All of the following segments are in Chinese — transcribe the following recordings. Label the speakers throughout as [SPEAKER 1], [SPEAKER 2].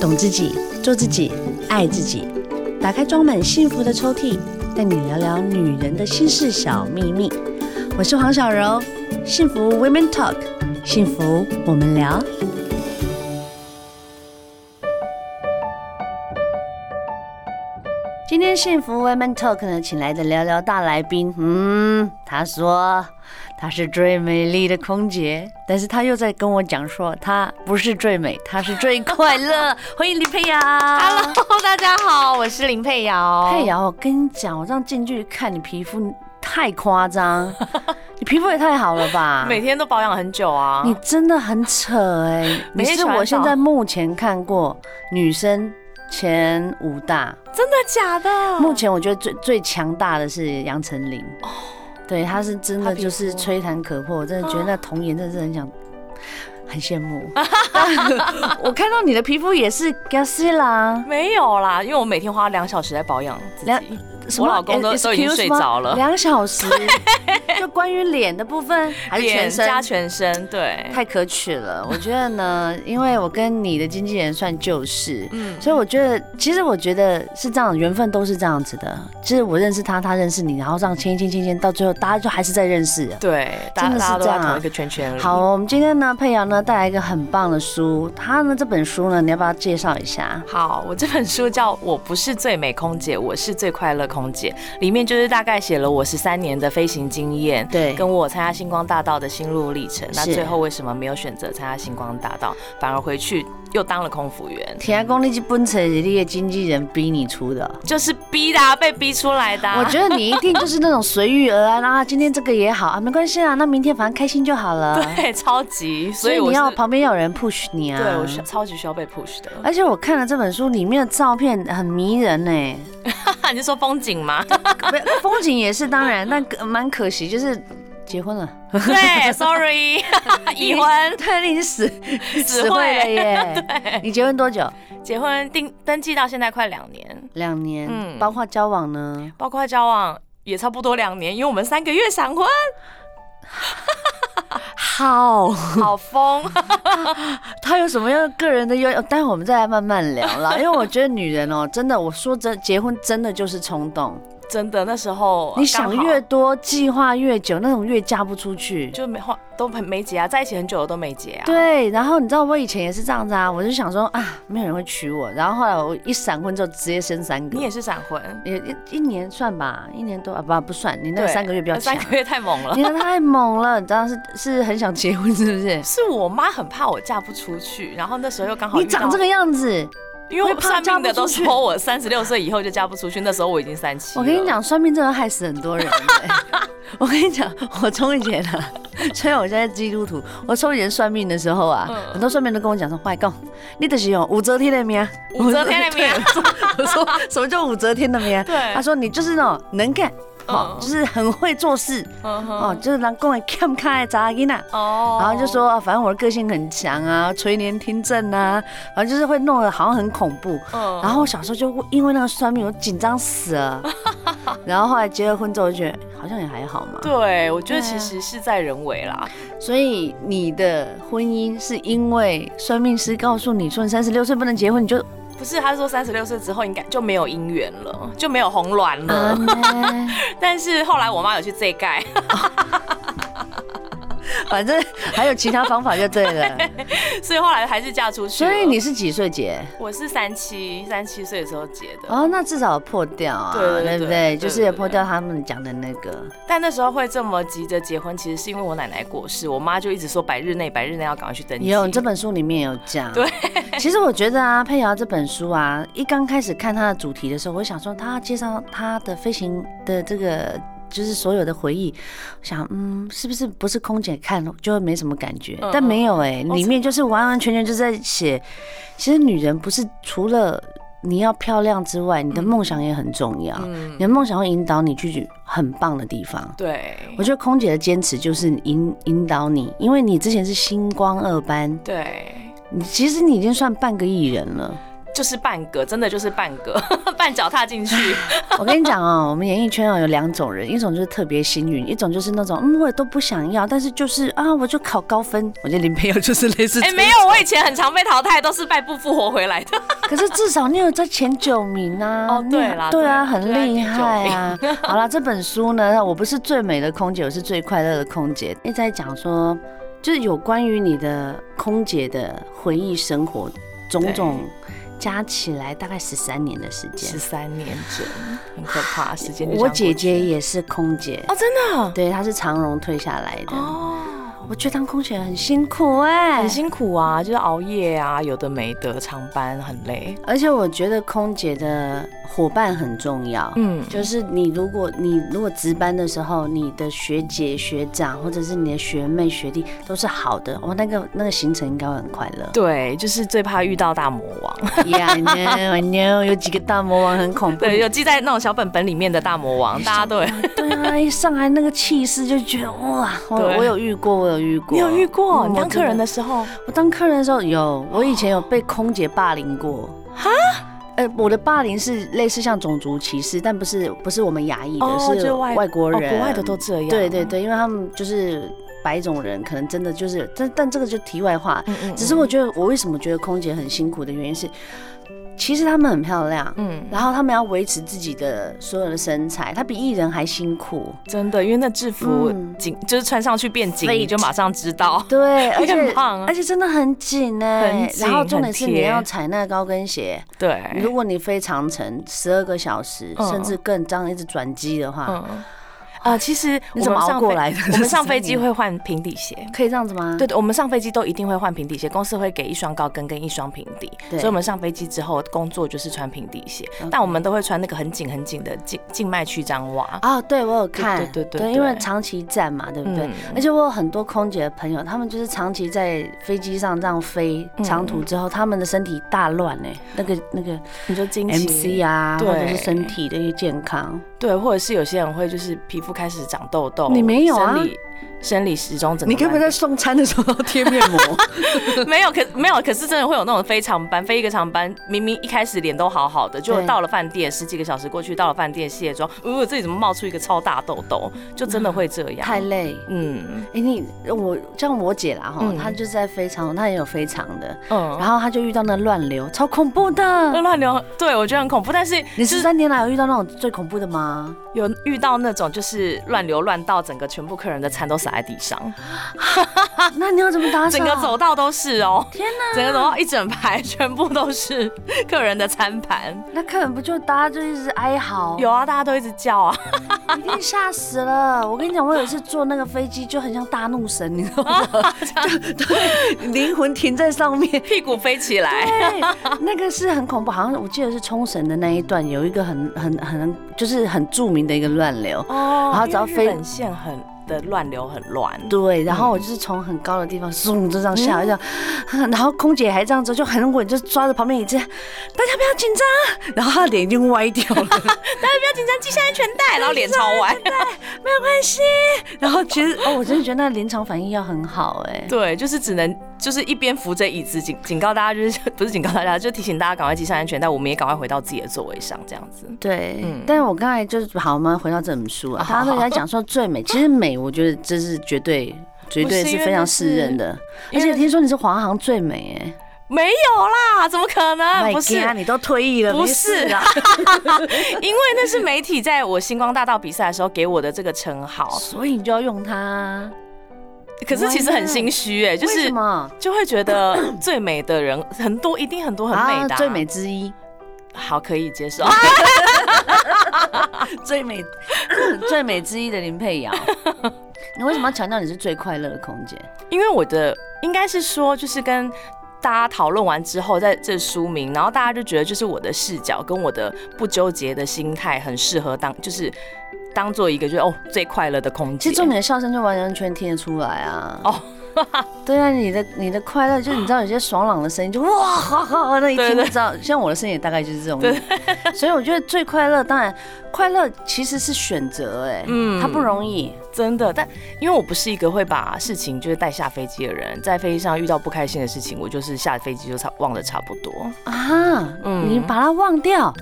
[SPEAKER 1] 懂自己，做自己，爱自己。打开装满幸福的抽屉，带你聊聊女人的心事小秘密。我是黄小柔，幸福 Women Talk，幸福我们聊。今天幸福 Women Talk 呢，请来的聊聊大来宾，嗯，他说她是最美丽的空姐，但是他又在跟我讲说，她不是最美，她是最快乐。欢迎李佩瑶
[SPEAKER 2] Hello，大 家好，我是林佩瑶。
[SPEAKER 1] 佩瑶，我跟你讲，我这样近距离看你皮肤太夸 张，你皮肤也太好了吧？
[SPEAKER 2] 每天都保养很久啊。
[SPEAKER 1] 你真的很扯哎、 你
[SPEAKER 2] 每天
[SPEAKER 1] 是
[SPEAKER 2] 喜欢
[SPEAKER 1] 我现
[SPEAKER 2] 照
[SPEAKER 1] 在目前看过女生前五大，
[SPEAKER 2] 真的假的？
[SPEAKER 1] 目前我觉得最最强大的是杨丞琳。哦，对，她是真的
[SPEAKER 2] 她皮肤
[SPEAKER 1] 就是吹弹可破，我真的觉得那童颜真的是很想。很羡 慕， 我看到你的皮肤也是 g a s i l a
[SPEAKER 2] 没有啦，因为我每天花两小时在保养自
[SPEAKER 1] 两
[SPEAKER 2] 己。我老公都都已经睡着了
[SPEAKER 1] 两小 时。就关于脸的部分还是全
[SPEAKER 2] 脸
[SPEAKER 1] 身？
[SPEAKER 2] 加全身，对，
[SPEAKER 1] 太可取了，我觉得 呢，因为我跟你的经纪人算旧识，
[SPEAKER 2] 嗯
[SPEAKER 1] 所以我觉得，其实我觉得是这样，缘分都是这样子的。就是我认识他，他认识你，然后这样牵一牵牵一牵，到最后大家就还是在认识。
[SPEAKER 2] 对，大
[SPEAKER 1] 真的是
[SPEAKER 2] 家大家都
[SPEAKER 1] 这
[SPEAKER 2] 在
[SPEAKER 1] 样啊
[SPEAKER 2] 同一个圈圈里。
[SPEAKER 1] 好，，我们今天呢，佩瑶呢带来一个很棒的书，她呢这本书呢，你要不要介绍一下？
[SPEAKER 2] 好，我这本书叫《我不是最美空姐，我是最快乐空姐》，里面就是大概写了我十三年的飞行经验，
[SPEAKER 1] 对
[SPEAKER 2] 跟我参加星光大道的心路历程。那
[SPEAKER 1] 是
[SPEAKER 2] 最后为什么没有选择参加星光大道，反而回去又当了空服员？
[SPEAKER 1] 田公力基奔驰你的经纪人逼你出的。
[SPEAKER 2] 就是逼的、啊，被逼出来的、啊。
[SPEAKER 1] 我觉得你一定就是那种随遇而安啊，今天这个也好啊，没关系啊，那明天反正开心就好了。
[SPEAKER 2] 对，超级，
[SPEAKER 1] 啊
[SPEAKER 2] 所
[SPEAKER 1] 所
[SPEAKER 2] 以
[SPEAKER 1] 以
[SPEAKER 2] 我
[SPEAKER 1] 你
[SPEAKER 2] 是
[SPEAKER 1] 要旁边要有人 push 你啊。
[SPEAKER 2] 对我需超级需要被 push 的。
[SPEAKER 1] 而且我看了这本书里面的照片很迷人呢、
[SPEAKER 2] 你是说风景吗？
[SPEAKER 1] 没有风景也是当然，但可蛮可惜，就是结婚了，
[SPEAKER 2] 对，sorry，已 婚，
[SPEAKER 1] 对，你已经 死死
[SPEAKER 2] 死
[SPEAKER 1] 会
[SPEAKER 2] 会
[SPEAKER 1] 了耶。你结婚多久？
[SPEAKER 2] 结婚定登记到现在快两年，
[SPEAKER 1] 两年，
[SPEAKER 2] 嗯
[SPEAKER 1] 包括交往呢？
[SPEAKER 2] 包括交往也差不多两年，因为我们三个月闪婚，
[SPEAKER 1] 好，
[SPEAKER 2] 好疯。
[SPEAKER 1] 他有什么样个人的优？哦待会我们再来慢慢聊啦。因为我觉得女人哦，真的，我说真，结婚真的就是冲动，
[SPEAKER 2] 真的，那时候
[SPEAKER 1] 你想
[SPEAKER 2] 刚好
[SPEAKER 1] 越多，计划越久，那种越嫁不出去。
[SPEAKER 2] 就没话都没没结啊，在一起很久了都没结啊。，
[SPEAKER 1] 对，然后你知道我以前也是这样子啊，我就想说啊，没有人会娶我，然后后来我一闪婚之后直接生三个，
[SPEAKER 2] 你也是闪婚，
[SPEAKER 1] 也一一年算吧，一年多啊不不算，你那个
[SPEAKER 2] 对
[SPEAKER 1] 三个月比较强
[SPEAKER 2] 三，个月太猛了
[SPEAKER 1] 你。那太猛了，你知道是是很想结婚是不是？
[SPEAKER 2] 是我妈很怕我嫁不出去，然后那时候又 刚好
[SPEAKER 1] 你
[SPEAKER 2] 遇到
[SPEAKER 1] 长这个样子，
[SPEAKER 2] 因为
[SPEAKER 1] 会
[SPEAKER 2] 我
[SPEAKER 1] 怕
[SPEAKER 2] 算
[SPEAKER 1] 嫁
[SPEAKER 2] 命
[SPEAKER 1] 不
[SPEAKER 2] 的都
[SPEAKER 1] 出去
[SPEAKER 2] 说我三十六岁以后就嫁不出去，那时候我已经三七。
[SPEAKER 1] 我跟你，讲，算命真的害死很多人、 欸我跟你讲，我从以前啊， 虽然我现在基督徒，我从以前算命的时候啊，
[SPEAKER 2] 嗯
[SPEAKER 1] 很多算命都跟我讲说，外公，你的是用武则天的命，
[SPEAKER 2] 武则天的啊命
[SPEAKER 1] 我说，对我说什么叫武则天的命？
[SPEAKER 2] 对
[SPEAKER 1] 他说你就是那种能干，哦，
[SPEAKER 2] 嗯
[SPEAKER 1] 就是很会做事，
[SPEAKER 2] 嗯哼
[SPEAKER 1] 哦，就是人讲的欠开的查囡仔。
[SPEAKER 2] 哦
[SPEAKER 1] 然后就说，啊反正我的个性很强啊，垂帘听政啊，反正就是会弄得好像很恐怖。
[SPEAKER 2] 嗯
[SPEAKER 1] 然后我小时候就因为那个算命，我紧张死 了。然后后来结了婚之后，就觉得好像也还好嘛。
[SPEAKER 2] 对，我觉得
[SPEAKER 1] 对啊
[SPEAKER 2] 其实事在人为啦。
[SPEAKER 1] 所以你的婚姻是因为算命师告诉你说你三十六岁不能结婚，你就
[SPEAKER 2] 不是，他说三十六岁之后应该就没有姻缘了，就没有红鸾
[SPEAKER 1] 啊
[SPEAKER 2] 了。
[SPEAKER 1] 呢
[SPEAKER 2] 但是后来我妈有去这盖，
[SPEAKER 1] 反正还有其他方法就对了。
[SPEAKER 2] 所以后来还是嫁出去
[SPEAKER 1] 所
[SPEAKER 2] 了。
[SPEAKER 1] 以你是几岁结？
[SPEAKER 2] 我是三七三七岁的时候结的，
[SPEAKER 1] 哦，那至少有破掉啊，
[SPEAKER 2] 对对对
[SPEAKER 1] 不对？
[SPEAKER 2] 对对
[SPEAKER 1] 就是也破掉他们讲的那个。
[SPEAKER 2] 但那时候会这么急着结婚，其实是因为我奶奶过世，我妈就一直说百日内百日内要赶快去登记。
[SPEAKER 1] 有这本书里面有讲，
[SPEAKER 2] 对。
[SPEAKER 1] 其实我觉得啊，佩瑶这本书啊，一刚开始看它的主题的时候，我想说他介绍他的飞行的这个。就是所有的回忆，我想嗯，是不是不是空姐看就会没什么感觉？
[SPEAKER 2] 嗯
[SPEAKER 1] 但没有哎、
[SPEAKER 2] 哦
[SPEAKER 1] 里面就是完完全全就在写，其实女人不是除了你要漂亮之外，你的梦想也很重要，
[SPEAKER 2] 嗯
[SPEAKER 1] 你的梦想会引导你去很棒的地方。
[SPEAKER 2] 对
[SPEAKER 1] 我觉得空姐的坚持就是引引导你，因为你之前是星光二班，
[SPEAKER 2] 对。
[SPEAKER 1] 你其实你已经算半个艺人了，
[SPEAKER 2] 就是半个，真的就是半个， 半脚踏 进去。
[SPEAKER 1] 我跟你讲哦，我们演艺圈哦有两种人，一种就是特别幸运，一种就是那种嗯我也都不想要，但是就是啊我就考高分。我觉得林佩瑶就是类似。
[SPEAKER 2] 哎、没有，我以前很常被淘汰，都是败部复活回来的。
[SPEAKER 1] 可是至少你有在前九名啊！
[SPEAKER 2] 哦
[SPEAKER 1] 你
[SPEAKER 2] 对啦
[SPEAKER 1] 对啊，
[SPEAKER 2] 对啦
[SPEAKER 1] 很厉害啊！好啦，这本书呢，我不是最美的空姐，我是最快乐的空姐。一直在讲说，就是有关于你的空姐的回忆生活，种种加起来大概十三年的时间
[SPEAKER 2] 十。三年整，很可怕，时间就这样
[SPEAKER 1] 我姐姐
[SPEAKER 2] 过去
[SPEAKER 1] 也是空姐，
[SPEAKER 2] 哦，真的
[SPEAKER 1] 对，她是长荣退下来的。
[SPEAKER 2] 哦，
[SPEAKER 1] 我觉得当空姐很辛苦哎、
[SPEAKER 2] 很辛苦啊，就是熬夜啊，有的没的，长班很累。
[SPEAKER 1] 而且我觉得空姐的伙伴很重要。
[SPEAKER 2] 嗯，。
[SPEAKER 1] 就是你如果你如果值班的时候，你的学姐、学长或者是你的学妹、学弟都是好的，哦，那个那个行程应该会很快乐
[SPEAKER 2] 对，就是最怕遇到大魔王，
[SPEAKER 1] Yeah, I know, I know，有几个大魔王很恐怖。
[SPEAKER 2] 对，有记在那种小本本里面的大魔 王，大家都有。
[SPEAKER 1] 对啊，一上来那个气势就觉得哇，我
[SPEAKER 2] 对
[SPEAKER 1] 我有遇过，我有遇过。
[SPEAKER 2] 你有遇过？
[SPEAKER 1] 嗯
[SPEAKER 2] 你当客人？
[SPEAKER 1] 我真
[SPEAKER 2] 的时候，
[SPEAKER 1] 我当客人的时候有，我以前有被空姐霸凌过。
[SPEAKER 2] 哈？
[SPEAKER 1] 呃，我的霸凌是类似像种族歧视，但不是不是我们亚裔的，是外国人、
[SPEAKER 2] 哦，国外的都这样。
[SPEAKER 1] 对对，对，因为他们就是白种人，可能真的就是，但但这个就题外话。
[SPEAKER 2] 嗯嗯，
[SPEAKER 1] 只是我觉得，我为什么觉得空姐很辛苦的原因是，其实她们很漂亮，
[SPEAKER 2] 嗯，
[SPEAKER 1] 然后她们要维持自己的所有的身材，她比艺人还辛苦。
[SPEAKER 2] 真的，因为那制服
[SPEAKER 1] 嗯
[SPEAKER 2] 紧，就是穿上去变紧，
[SPEAKER 1] Fit
[SPEAKER 2] 你就马上知道。
[SPEAKER 1] 对，而
[SPEAKER 2] 你
[SPEAKER 1] 且
[SPEAKER 2] 很胖啊
[SPEAKER 1] 而且真的很紧呢、
[SPEAKER 2] 很紧
[SPEAKER 1] 然后重点是
[SPEAKER 2] 很
[SPEAKER 1] 你
[SPEAKER 2] 贴
[SPEAKER 1] 要踩那个高跟鞋，
[SPEAKER 2] 对，
[SPEAKER 1] 如果你飞长城十二个小时，
[SPEAKER 2] 嗯
[SPEAKER 1] 甚至更这样一直转机的话，
[SPEAKER 2] 嗯，呃，其实
[SPEAKER 1] 你怎么
[SPEAKER 2] 我们上
[SPEAKER 1] 熬过
[SPEAKER 2] 飞
[SPEAKER 1] 来的
[SPEAKER 2] 我们上
[SPEAKER 1] 13
[SPEAKER 2] 飞机
[SPEAKER 1] 年
[SPEAKER 2] 会换平底鞋。
[SPEAKER 1] 可以这样子吗？
[SPEAKER 2] 对对，我们上飞机都一定会换平底鞋，公司会给一双高跟跟一双平底，
[SPEAKER 1] 对嗯
[SPEAKER 2] 所以我们上飞机之后工作就是穿平底鞋，但我们都会穿那个很紧很紧的静静脉曲张袜。
[SPEAKER 1] 啊，对我有看，
[SPEAKER 2] 对对对对
[SPEAKER 1] 因为长期站嘛，对不对？
[SPEAKER 2] 嗯
[SPEAKER 1] 而且我有很多空姐的朋友，他们就是长期在飞机上这样飞
[SPEAKER 2] 嗯
[SPEAKER 1] 长途之后，他们的身体大乱哎、那个那个
[SPEAKER 2] 你说经期
[SPEAKER 1] MC 啊，
[SPEAKER 2] 对
[SPEAKER 1] 或者是身体的一个健康，
[SPEAKER 2] 对，或者是有些人会就是皮肤开始长痘痘，
[SPEAKER 1] 你没有啊
[SPEAKER 2] 生理生理时钟整个
[SPEAKER 1] 你该不会在
[SPEAKER 2] 乱
[SPEAKER 1] 送餐的时候贴面膜？
[SPEAKER 2] 没有，可没有，可是真的会有那种非常班，飞一个长班，明明一开始脸都好好的，就
[SPEAKER 1] 对
[SPEAKER 2] 到了饭店十几个小时过去，到了饭店卸妆，呃，自己怎么冒出一个超大痘痘，就真的会这样。
[SPEAKER 1] 太累。
[SPEAKER 2] 嗯
[SPEAKER 1] 哎、你我像我姐啦哈，
[SPEAKER 2] 嗯
[SPEAKER 1] 她就是在飞长，她也有飞长的，
[SPEAKER 2] 嗯，然
[SPEAKER 1] 然后她就遇到那乱流，超恐怖的
[SPEAKER 2] 后。乱流，对我觉得很恐怖，但是
[SPEAKER 1] 你
[SPEAKER 2] 就
[SPEAKER 1] 十
[SPEAKER 2] 嗯是
[SPEAKER 1] 三年来有遇到那种最恐怖的吗？
[SPEAKER 2] 有遇到那种就是乱流乱到整个全部客人的餐都洒在地 上，
[SPEAKER 1] 那你要怎么打扫？
[SPEAKER 2] 啊整个走道都是哦，
[SPEAKER 1] 啊天哪！
[SPEAKER 2] 整个走道一整排全部都是 客人的餐盘，
[SPEAKER 1] 那客人不就大家就一直哀嚎，
[SPEAKER 2] 有啊，大家都一直叫啊，
[SPEAKER 1] 一定吓死了。我跟你讲，我有一次坐那个飞机就很像大怒神，你知道 吗？对，灵魂停在上面。
[SPEAKER 2] 屁股飞起来。
[SPEAKER 1] 哎，那个是很恐怖，好像我记得是冲绳的那一段有一个很很很就是很著名的一个乱流。
[SPEAKER 2] 哦，
[SPEAKER 1] 然后只要
[SPEAKER 2] 因为
[SPEAKER 1] 飞
[SPEAKER 2] 日本线很的乱流很乱，
[SPEAKER 1] 对，然
[SPEAKER 2] 嗯
[SPEAKER 1] 后我就是从很高的地方嗖就这样下来，这样， 然后空姐还这样子就很稳，就抓着旁边椅子，大家不要紧张，啊然后她的脸已经歪掉了。
[SPEAKER 2] 大家不要紧张，系上安全带，然后脸超歪。
[SPEAKER 1] 没有关系。然后其实哦，我真的觉得那临场反应要很好哎、
[SPEAKER 2] 对，就是只能就是一边扶着椅子，警警告大家，就是不是警告大家，就提醒大家赶快系上安全带，我们也赶快回到自己的座位上，这样子。
[SPEAKER 1] 对，
[SPEAKER 2] 嗯哦
[SPEAKER 1] 但是我刚才就是好，我们回到这本书啊，
[SPEAKER 2] 好
[SPEAKER 1] 大家都在讲说最美，其实美，我觉得这是绝对。绝对是非常适人的，
[SPEAKER 2] 因
[SPEAKER 1] 而
[SPEAKER 2] 为
[SPEAKER 1] 且听说你是华航最美
[SPEAKER 2] 没有啦，怎么可
[SPEAKER 1] 哎、
[SPEAKER 2] 能？不是，
[SPEAKER 1] 啊，你都退役了，
[SPEAKER 2] 不
[SPEAKER 1] 没
[SPEAKER 2] 是
[SPEAKER 1] 事啊，
[SPEAKER 2] 因为那是媒体在我星光大道比赛的时候给我的这个称号，
[SPEAKER 1] 所以你就要用它。
[SPEAKER 2] 可是其实很心虚 哎、就
[SPEAKER 1] 为
[SPEAKER 2] 是
[SPEAKER 1] 什么？
[SPEAKER 2] 就会觉得 最美的人很多，一定很多很美的啊、
[SPEAKER 1] 最美之一，
[SPEAKER 2] 好可以接 受。
[SPEAKER 1] 最美 最美之一的林佩 瑶，你为什么要强调你是最快乐的空姐？
[SPEAKER 2] 因为我的应该是说，就是跟大家讨论完之后，在这书名，然后大家就觉得就是我的视角跟我的不纠结的心态，很适合当就是当做一个就是哦最快乐的空
[SPEAKER 1] 其
[SPEAKER 2] 间
[SPEAKER 1] 实。从你的笑声就完完全听得出来啊。
[SPEAKER 2] 哦，
[SPEAKER 1] 对啊，你的你的快乐就是你知道有些爽朗的声音就哇哈哈，那一听就知道。像我的声音也大概就是这种。所以我觉得最快乐，当然快乐其实是选择哎、
[SPEAKER 2] 嗯
[SPEAKER 1] 它不容易。
[SPEAKER 2] 真的，但因为我不是一个会把事情就是带下飞机的人，在飞机上遇到不开心的事情，我就是下飞机就差忘得差不多。
[SPEAKER 1] 啊，
[SPEAKER 2] 嗯
[SPEAKER 1] 你把它忘掉，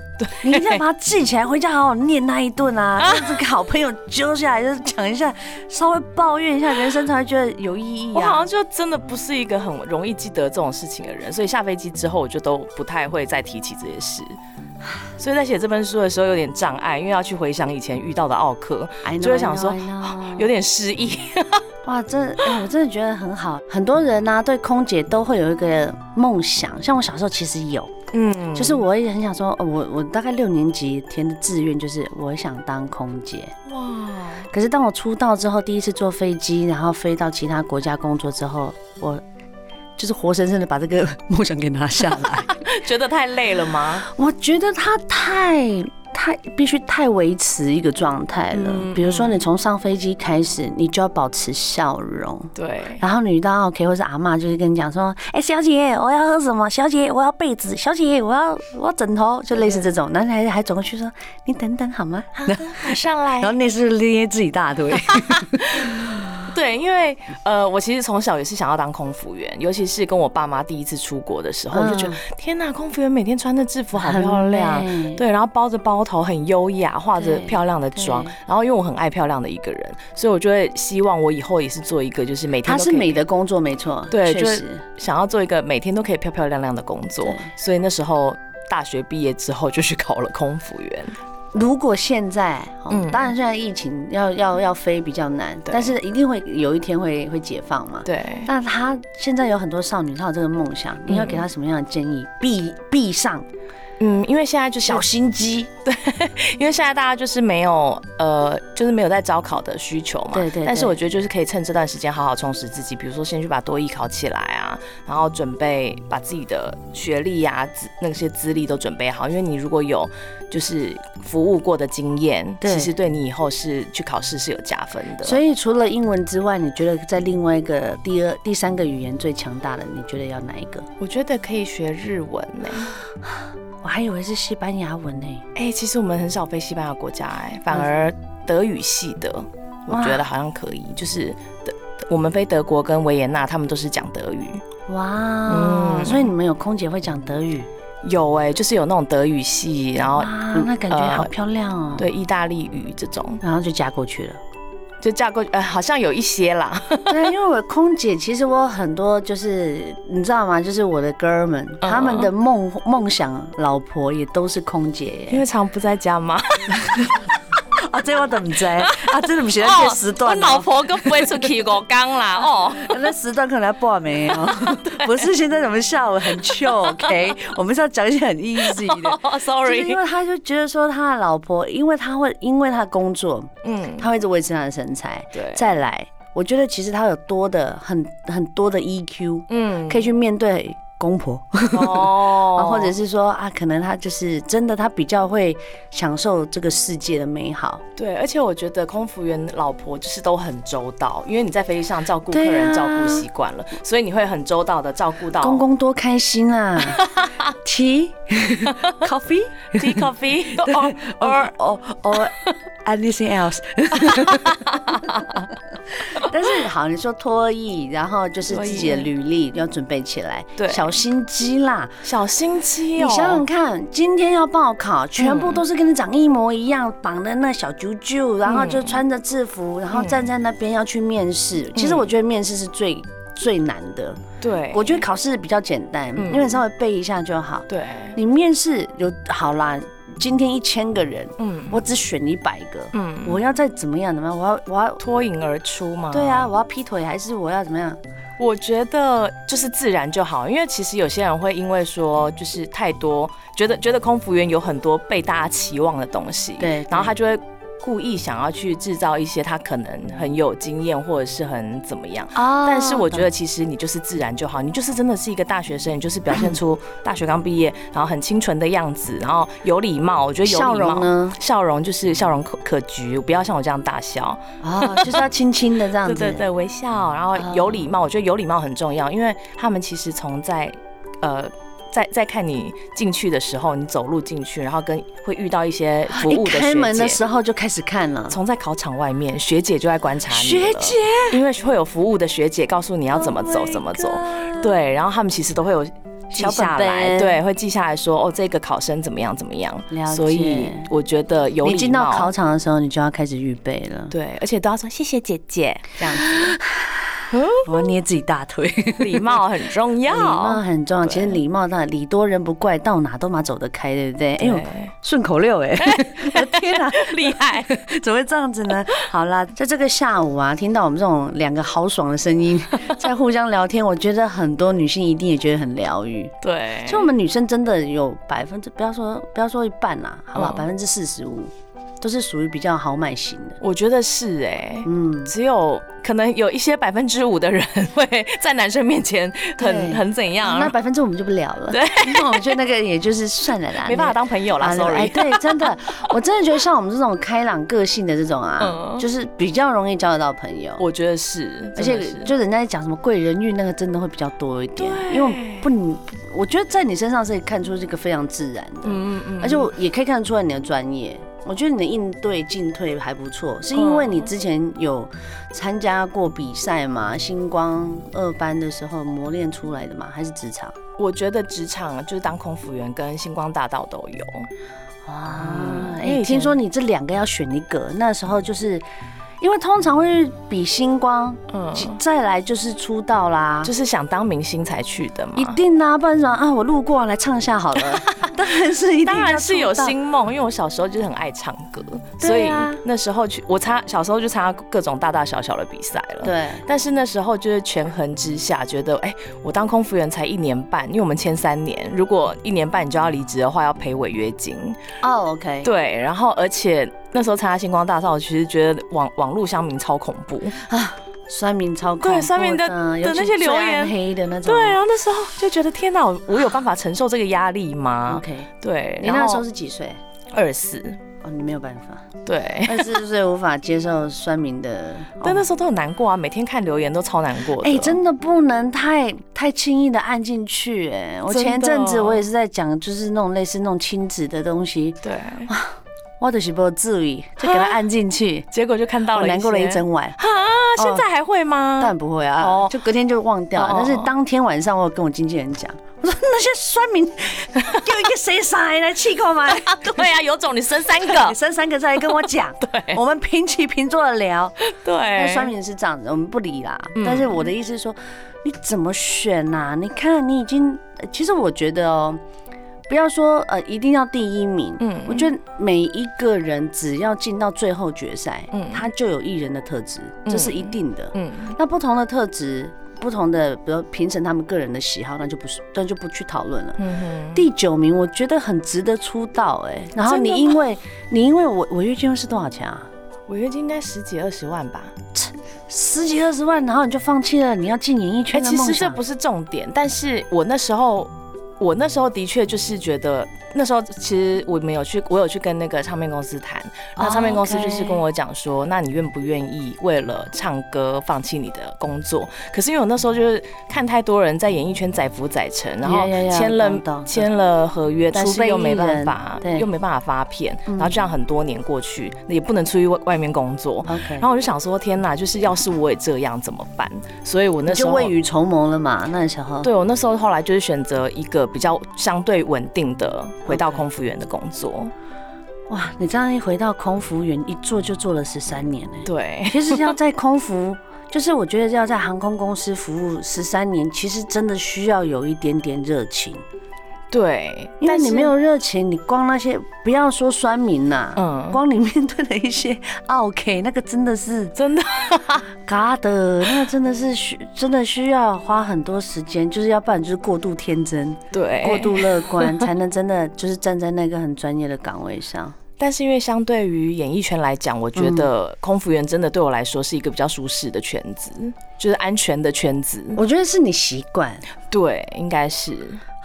[SPEAKER 1] 你一定要把它记起来，回家好好念他一顿 啊，跟这个好朋友揪下来，就是讲一下，稍微抱怨一下，人生才会觉得有意义
[SPEAKER 2] 我好
[SPEAKER 1] 啊
[SPEAKER 2] 像。就真的不是一个很容易记得这种事情的人，所以下飞机之后我就都不太会再提起这些事。所以在写这本书的时候有点障碍，因为要去回想以前遇到的奥克，
[SPEAKER 1] I know,
[SPEAKER 2] 就会想说哦
[SPEAKER 1] I know, I know
[SPEAKER 2] 有点失忆。
[SPEAKER 1] 哇，真的、哎我真的觉得很好。很多人呢、对空姐都会有一个梦想，像我小时候其实有，
[SPEAKER 2] 嗯，
[SPEAKER 1] 就是我也很想说，哦我我大概六年级填的志愿就是我想当空姐。
[SPEAKER 2] 哇，
[SPEAKER 1] 可是当我出道之后，第一次坐飞机，然后飞到其他国家工作之后，我就是活生生的把这个梦想给拿下来。
[SPEAKER 2] 觉得太累了吗？
[SPEAKER 1] 我觉得它太太必须太维持一个状态了。
[SPEAKER 2] 嗯
[SPEAKER 1] 比如说，你从上飞机开始，你就要保持笑容。
[SPEAKER 2] 对，
[SPEAKER 1] 然后你到 OK 或是阿嬷就是跟你讲说，哎、小姐，我要喝什么？小姐，我要被子。小姐，我要我要枕头，就类似这种。然后还还转过去说，你等等好吗？
[SPEAKER 2] 马上来
[SPEAKER 1] 然后那是捏自己大腿。
[SPEAKER 2] 对，因为呃，我其实从小也是想要当空服员，尤其是跟我爸妈第一次出国的时候，我就觉得天呐，空服员每天穿着制服好
[SPEAKER 1] 很
[SPEAKER 2] 漂亮，啊
[SPEAKER 1] 美
[SPEAKER 2] 对，然后包着包头很优雅，化着
[SPEAKER 1] 对
[SPEAKER 2] 漂亮的妆
[SPEAKER 1] 对，
[SPEAKER 2] 然后因为我很爱漂亮的一个人，所以我就会希望我以后也是做一个就是每天
[SPEAKER 1] 它
[SPEAKER 2] 都
[SPEAKER 1] 是
[SPEAKER 2] 可以
[SPEAKER 1] 美的工作，没错，
[SPEAKER 2] 对
[SPEAKER 1] 确
[SPEAKER 2] 就
[SPEAKER 1] 实，
[SPEAKER 2] 想要做一个每天都可以漂漂亮亮的工作
[SPEAKER 1] 对，
[SPEAKER 2] 所以那时候。大学毕业之后就去考了空服员，
[SPEAKER 1] 如果现在，哦
[SPEAKER 2] 嗯
[SPEAKER 1] 当然现在疫情要要要飞比较难，
[SPEAKER 2] 对
[SPEAKER 1] 但是一定会有一天会会解放嘛。
[SPEAKER 2] 对，
[SPEAKER 1] 那他现在有很多少女，她有这个梦想，你要给她什么样的建议？闭闭上
[SPEAKER 2] 嗯，因为现在就是
[SPEAKER 1] 小心 机，
[SPEAKER 2] 因为现在大家就是没有呃，就是没有在招考的需求嘛。
[SPEAKER 1] 对对对
[SPEAKER 2] 但是我觉得就是可以趁这段时间好好充实自己，比如说先去把多艺考起来啊，然后准备把自己的学历呀、资那些资历都准备好，因为你如果有就是服务过的经验，
[SPEAKER 1] 对
[SPEAKER 2] 其实对你以后是去考试是有加分的。
[SPEAKER 1] 所
[SPEAKER 2] 以
[SPEAKER 1] 以除了英文之外，你觉得在另外一个第二、第三个语言最强大的，你觉得要哪一个？
[SPEAKER 2] 我觉得可以学日文呢、
[SPEAKER 1] 我还以为是西班牙文呢、
[SPEAKER 2] 哎、其实我们很少飞西班牙国家、哎，反而德语系的，我
[SPEAKER 1] 嗯哇
[SPEAKER 2] 觉得好像可以，就是德。我们飞德国跟维也纳，他们都是讲德语，
[SPEAKER 1] 哇、
[SPEAKER 2] 嗯
[SPEAKER 1] 所以你们有空姐会讲德语，
[SPEAKER 2] 有哎、就是有那种德语系，然后
[SPEAKER 1] 哇，
[SPEAKER 2] 嗯
[SPEAKER 1] 那感觉好
[SPEAKER 2] 呃
[SPEAKER 1] 漂亮哦、，
[SPEAKER 2] 对意大利语这种，
[SPEAKER 1] 然后就嫁过去了。
[SPEAKER 2] 就架构呃好像有一些啦，
[SPEAKER 1] 对，因为我空姐，其实我很多就是你知道吗？就是我的哥们，
[SPEAKER 2] 嗯
[SPEAKER 1] 他们的梦梦想老婆也都是空姐耶。
[SPEAKER 2] 为常不在家嘛，
[SPEAKER 1] 啊，这我都唔知道啊，真的唔是
[SPEAKER 2] 哦
[SPEAKER 1] 那个时段、
[SPEAKER 2] 我老婆跟不会出去五刚啦， 哦，
[SPEAKER 1] 那时段可能要报名哦。 不是现在我们下午很 chill，OK，、我们是要讲一些很 easy 的。
[SPEAKER 2] 哦
[SPEAKER 1] 就是
[SPEAKER 2] ，sorry，
[SPEAKER 1] 因为他就觉得说他的老婆，因为他会因为他的工作，
[SPEAKER 2] 嗯，
[SPEAKER 1] 他会一直维持他的身材。
[SPEAKER 2] 对，
[SPEAKER 1] 再来，我觉得其实他有多的很很多的 EQ，
[SPEAKER 2] 嗯
[SPEAKER 1] 可以去面对公婆。啊，
[SPEAKER 2] 哦
[SPEAKER 1] 或者是说啊，可能他就是真的，他比较会享受这个世界的美好。
[SPEAKER 2] 对，而且我觉得空服员老婆就是都很周到，因为你在飞机上照顾客
[SPEAKER 1] 对啊
[SPEAKER 2] 人照顾习惯了，所以你会很周到的照顾到
[SPEAKER 1] 公公多开心 啊！Tea, coffee,
[SPEAKER 2] tea coffee，哦
[SPEAKER 1] or or or anything else 。但是好，你说脱衣，然后就是
[SPEAKER 2] 脱
[SPEAKER 1] 自
[SPEAKER 2] 衣
[SPEAKER 1] 己的履历要准备起来，
[SPEAKER 2] 对
[SPEAKER 1] 小心机啦。
[SPEAKER 2] 小心机
[SPEAKER 1] 你
[SPEAKER 2] 哦，
[SPEAKER 1] 想想看，今天要报考，全
[SPEAKER 2] 嗯
[SPEAKER 1] 部都是跟你长一模一样，绑的那小啾啾，然后就穿着制服，然后
[SPEAKER 2] 嗯
[SPEAKER 1] 站在那边要去面试。其实我觉得面试是最最难的，
[SPEAKER 2] 对，嗯
[SPEAKER 1] 我觉得考试比较简单，因为你稍微背一下就好。
[SPEAKER 2] 对，
[SPEAKER 1] 你面试有好啦，今天一千个人，
[SPEAKER 2] 嗯
[SPEAKER 1] 我只选一百个，
[SPEAKER 2] 嗯。哦
[SPEAKER 1] 我要再怎么样怎么样，我要我要。
[SPEAKER 2] 脱颖而出嘛。
[SPEAKER 1] 对，啊，我要劈腿还是我要怎么样？
[SPEAKER 2] 我觉得就是自然就好，因为其实有些人会因为说就是太多，觉得觉得空服员有很多被大家期望的东西，
[SPEAKER 1] 对
[SPEAKER 2] 然后他就会。故意想要去制造一些他可能很有经验或者是很怎么样，
[SPEAKER 1] 啊
[SPEAKER 2] 但是我觉得其实你就是自然就好，你就是真的是一个大学生，你就是表现出大学刚毕业，然后很清纯的样子，然后有礼貌，我觉得有
[SPEAKER 1] 笑
[SPEAKER 2] 礼貌
[SPEAKER 1] 容，呢，
[SPEAKER 2] 哦笑容就是笑容可可掬，不要像我这样大笑，
[SPEAKER 1] 啊，就是要轻轻的这样
[SPEAKER 2] 对
[SPEAKER 1] 子，
[SPEAKER 2] 对对，微
[SPEAKER 1] 哦
[SPEAKER 2] 笑，然后有礼貌，我觉得有礼貌很重要，因为他们其实从在呃在在看你进去的时候，你走路进去，然后跟会遇到一些服务
[SPEAKER 1] 一
[SPEAKER 2] 的
[SPEAKER 1] 开门
[SPEAKER 2] 学
[SPEAKER 1] 的
[SPEAKER 2] 姐。
[SPEAKER 1] 时候就开始看了，
[SPEAKER 2] 从在考场外面，学姐就在观察你
[SPEAKER 1] 学
[SPEAKER 2] 了
[SPEAKER 1] 姐
[SPEAKER 2] 因为会有服务的学姐告诉你要怎么走
[SPEAKER 1] Oh my
[SPEAKER 2] 怎么走
[SPEAKER 1] God
[SPEAKER 2] 对，然后他们其实都会有记
[SPEAKER 1] 小
[SPEAKER 2] 下
[SPEAKER 1] 本
[SPEAKER 2] 来，
[SPEAKER 1] 本
[SPEAKER 2] 对，会记下来说哦，这个考生怎么样怎么样
[SPEAKER 1] 了，解
[SPEAKER 2] 所以我觉得有
[SPEAKER 1] 你
[SPEAKER 2] 礼
[SPEAKER 1] 进到考
[SPEAKER 2] 貌，
[SPEAKER 1] 场的时候，你就要开始预备了。
[SPEAKER 2] 对，而且都要说谢谢姐姐这样子，
[SPEAKER 1] 我要捏自己大 腿，
[SPEAKER 2] 礼貌很重要，
[SPEAKER 1] 礼貌很重要。
[SPEAKER 2] 哦对
[SPEAKER 1] 其实礼貌大，礼多人不怪，到哪都嘛走得开，对不对？哎
[SPEAKER 2] 对
[SPEAKER 1] 呦，顺口溜哎、我的 天哪、
[SPEAKER 2] 厉害，
[SPEAKER 1] 怎么会这样子呢？ 好啦，在这个下午啊，听到我们这种两个豪爽的声音在互相聊天，我觉得很多女性一定也觉得很疗愈。
[SPEAKER 2] 对，
[SPEAKER 1] 所以我们女生真的有百分之不要说不要说一半啦，好不好？
[SPEAKER 2] 嗯
[SPEAKER 1] 百分之四十五都是属于比较豪迈型的。
[SPEAKER 2] 我觉得是哎、
[SPEAKER 1] 嗯，
[SPEAKER 2] 只有可能有一些百分之五的人会在男生面前
[SPEAKER 1] 对
[SPEAKER 2] 很很怎样，啊
[SPEAKER 1] 那百分之我们就不聊了。对，我觉得那个也就是算 了啦，
[SPEAKER 2] 没办
[SPEAKER 1] 那个
[SPEAKER 2] 法当朋友啦
[SPEAKER 1] 啊哎，
[SPEAKER 2] ，sorry，
[SPEAKER 1] 对，真的，我真的觉得像我们这种开朗个性的这种啊，
[SPEAKER 2] 嗯
[SPEAKER 1] 就是比较容易交得到朋友。
[SPEAKER 2] 我觉得是，
[SPEAKER 1] 而且
[SPEAKER 2] 真的是
[SPEAKER 1] 就人家在讲什么贵人运，那个真的会比较多一点，因为不，你我觉得在你身上是看出这个非常自然的，
[SPEAKER 2] 嗯嗯嗯，
[SPEAKER 1] 而且我也可以看得出来你的专业。我觉得你的应对进退还不错，是因为你之前有参加过比赛
[SPEAKER 2] 哦
[SPEAKER 1] 嘛？星光二班的时候磨练出来的嘛，还是职场？
[SPEAKER 2] 我觉得职场啊就是当空服员跟星光大道都有，
[SPEAKER 1] 哇，哎、
[SPEAKER 2] 因为以前
[SPEAKER 1] 听说你这两个要选一个，那时候就是因为通常会比星光，
[SPEAKER 2] 嗯，
[SPEAKER 1] 再来就是出道啦，
[SPEAKER 2] 就是想当明星才去的嘛。
[SPEAKER 1] 一定啊，不然说啊，我路过来唱一下好 了，当然是一定要
[SPEAKER 2] 当然是有
[SPEAKER 1] 出道
[SPEAKER 2] 星梦，因为我小时候就是很爱唱歌，所
[SPEAKER 1] 对
[SPEAKER 2] 以
[SPEAKER 1] 啊
[SPEAKER 2] 那时候去我参小时候就参加各种大大小小的比赛了。。
[SPEAKER 1] 对，
[SPEAKER 2] 但是那时候就是权衡之下，觉得哎、我当空服员才一年半，因为我们签三年，如果一年半你就要离职的话，要赔违约金。
[SPEAKER 1] 哦，OK，
[SPEAKER 2] 对，然后而且那时候参加星光大道，我其实觉得网网络乡民超恐怖。
[SPEAKER 1] 酸民超恐怖
[SPEAKER 2] 对酸民的
[SPEAKER 1] 尤
[SPEAKER 2] 的
[SPEAKER 1] 其
[SPEAKER 2] 那些留
[SPEAKER 1] 最暗
[SPEAKER 2] 言
[SPEAKER 1] 黑的那种，
[SPEAKER 2] 对，啊然后那时候就觉得天哪，我我有办法承受这个压力吗？
[SPEAKER 1] 啊，OK，
[SPEAKER 2] 对，
[SPEAKER 1] 你那时候是几岁？
[SPEAKER 2] 二四，
[SPEAKER 1] 哦，你没有办 法，
[SPEAKER 2] 对，
[SPEAKER 1] 二十四岁无法接受酸民 的，
[SPEAKER 2] 但那
[SPEAKER 1] 哦
[SPEAKER 2] 时候都很难过啊，每天看留言都超难过的。
[SPEAKER 1] 哎、真的不能太太轻易的按进去哎、我
[SPEAKER 2] 真的哦
[SPEAKER 1] 前阵子我也是在讲，就是那种类似那种亲子的东西，
[SPEAKER 2] 对，
[SPEAKER 1] 我就是不至于就给他按进去，
[SPEAKER 2] 结果就看到
[SPEAKER 1] 我
[SPEAKER 2] 了，
[SPEAKER 1] 难过了一。整晚。
[SPEAKER 2] 哈，现在还会吗？
[SPEAKER 1] 但不会啊，
[SPEAKER 2] 哦
[SPEAKER 1] 就隔天就忘掉了。
[SPEAKER 2] 哦
[SPEAKER 1] 但是当天晚上，我有跟我经纪人讲，我说那些酸 民有一个谁傻来气口吗？
[SPEAKER 2] 啊， 对啊，有种你生 三
[SPEAKER 1] 你
[SPEAKER 2] 个，
[SPEAKER 1] 生三个再来跟我讲，
[SPEAKER 2] 对
[SPEAKER 1] 我们平起平坐的聊。那
[SPEAKER 2] 对，
[SPEAKER 1] 酸民是这样子，我们不理啦。
[SPEAKER 2] 嗯
[SPEAKER 1] 但是我的意思是说，你怎么选呐、你看你已经，呃其实我觉得哦，不要说呃一定要第一名。
[SPEAKER 2] 嗯
[SPEAKER 1] 我觉得每一个人只要进到最后决赛，
[SPEAKER 2] 嗯
[SPEAKER 1] 他就有艺人的特质，这是一定的。
[SPEAKER 2] 嗯，
[SPEAKER 1] 那不同的特质，不同的，比如评审他们个人的喜好，那就不是，那就不去讨论了。
[SPEAKER 2] 嗯哼，
[SPEAKER 1] 第九名，我觉得很值得出道哎、然后你
[SPEAKER 2] 真的吗
[SPEAKER 1] 因为你因为我违约金是多少钱啊？
[SPEAKER 2] 违约金应该十几二十万吧？
[SPEAKER 1] 十几二十万，然后你就放弃了你要进演艺
[SPEAKER 2] 哎，
[SPEAKER 1] 圈的
[SPEAKER 2] 其
[SPEAKER 1] 梦
[SPEAKER 2] 实这
[SPEAKER 1] 想。
[SPEAKER 2] 不是重点，但是我那时候。我那时候的确就是觉得，那时候其实我没有去，我有去跟那个唱片公司谈，
[SPEAKER 1] 哦
[SPEAKER 2] 那唱片公司就是跟我讲说，那你愿不愿意为了唱歌放弃你的工作？可是因为我那时候就是看太多人在演艺圈载浮载沉，然后
[SPEAKER 1] Yeah, yeah, yeah，
[SPEAKER 2] 签
[SPEAKER 1] 懂懂
[SPEAKER 2] 了
[SPEAKER 1] 懂
[SPEAKER 2] 签了合约，但
[SPEAKER 1] 储备
[SPEAKER 2] 是又
[SPEAKER 1] 艺
[SPEAKER 2] 没办
[SPEAKER 1] 人
[SPEAKER 2] 法
[SPEAKER 1] 对，
[SPEAKER 2] 又没办法发片，然后这样很多年过去，也不能出去外外面工作。
[SPEAKER 1] OK，
[SPEAKER 2] 然后我就想说，天哪，就是要是我也这样怎么办？所以我那
[SPEAKER 1] 你
[SPEAKER 2] 时
[SPEAKER 1] 就
[SPEAKER 2] 候
[SPEAKER 1] 未雨绸缪了嘛？那时候，
[SPEAKER 2] 对我那时候后来就是选择一个比较相对稳定的，回到
[SPEAKER 1] OK
[SPEAKER 2] 空服员的工作。
[SPEAKER 1] 哇，你这样一回到空服员，一做就做了十三年哎、
[SPEAKER 2] 对，
[SPEAKER 1] 其实要在空服，就是我觉得要在航空公司服务十三年，其实真的需要有一点点热情，
[SPEAKER 2] 对，
[SPEAKER 1] 因为
[SPEAKER 2] 但
[SPEAKER 1] 你
[SPEAKER 2] 是
[SPEAKER 1] 没有热情，你光那些不要说酸民呐、
[SPEAKER 2] 嗯
[SPEAKER 1] 光你面对的一些 OK，那个真的是
[SPEAKER 2] 真的，
[SPEAKER 1] 嘎的，那个真的是需真的需要花很多时间，就是要不然就是过度天真、
[SPEAKER 2] 对，
[SPEAKER 1] 过度乐观， 才能真的就是站在那个很专业的岗位上。
[SPEAKER 2] 但是因为相对于演艺圈来讲，我
[SPEAKER 1] 嗯
[SPEAKER 2] 觉得空服员真的对我来说是一个比较舒适的圈子，就是安全的圈子。
[SPEAKER 1] 我觉得是你习惯，
[SPEAKER 2] 对，应该是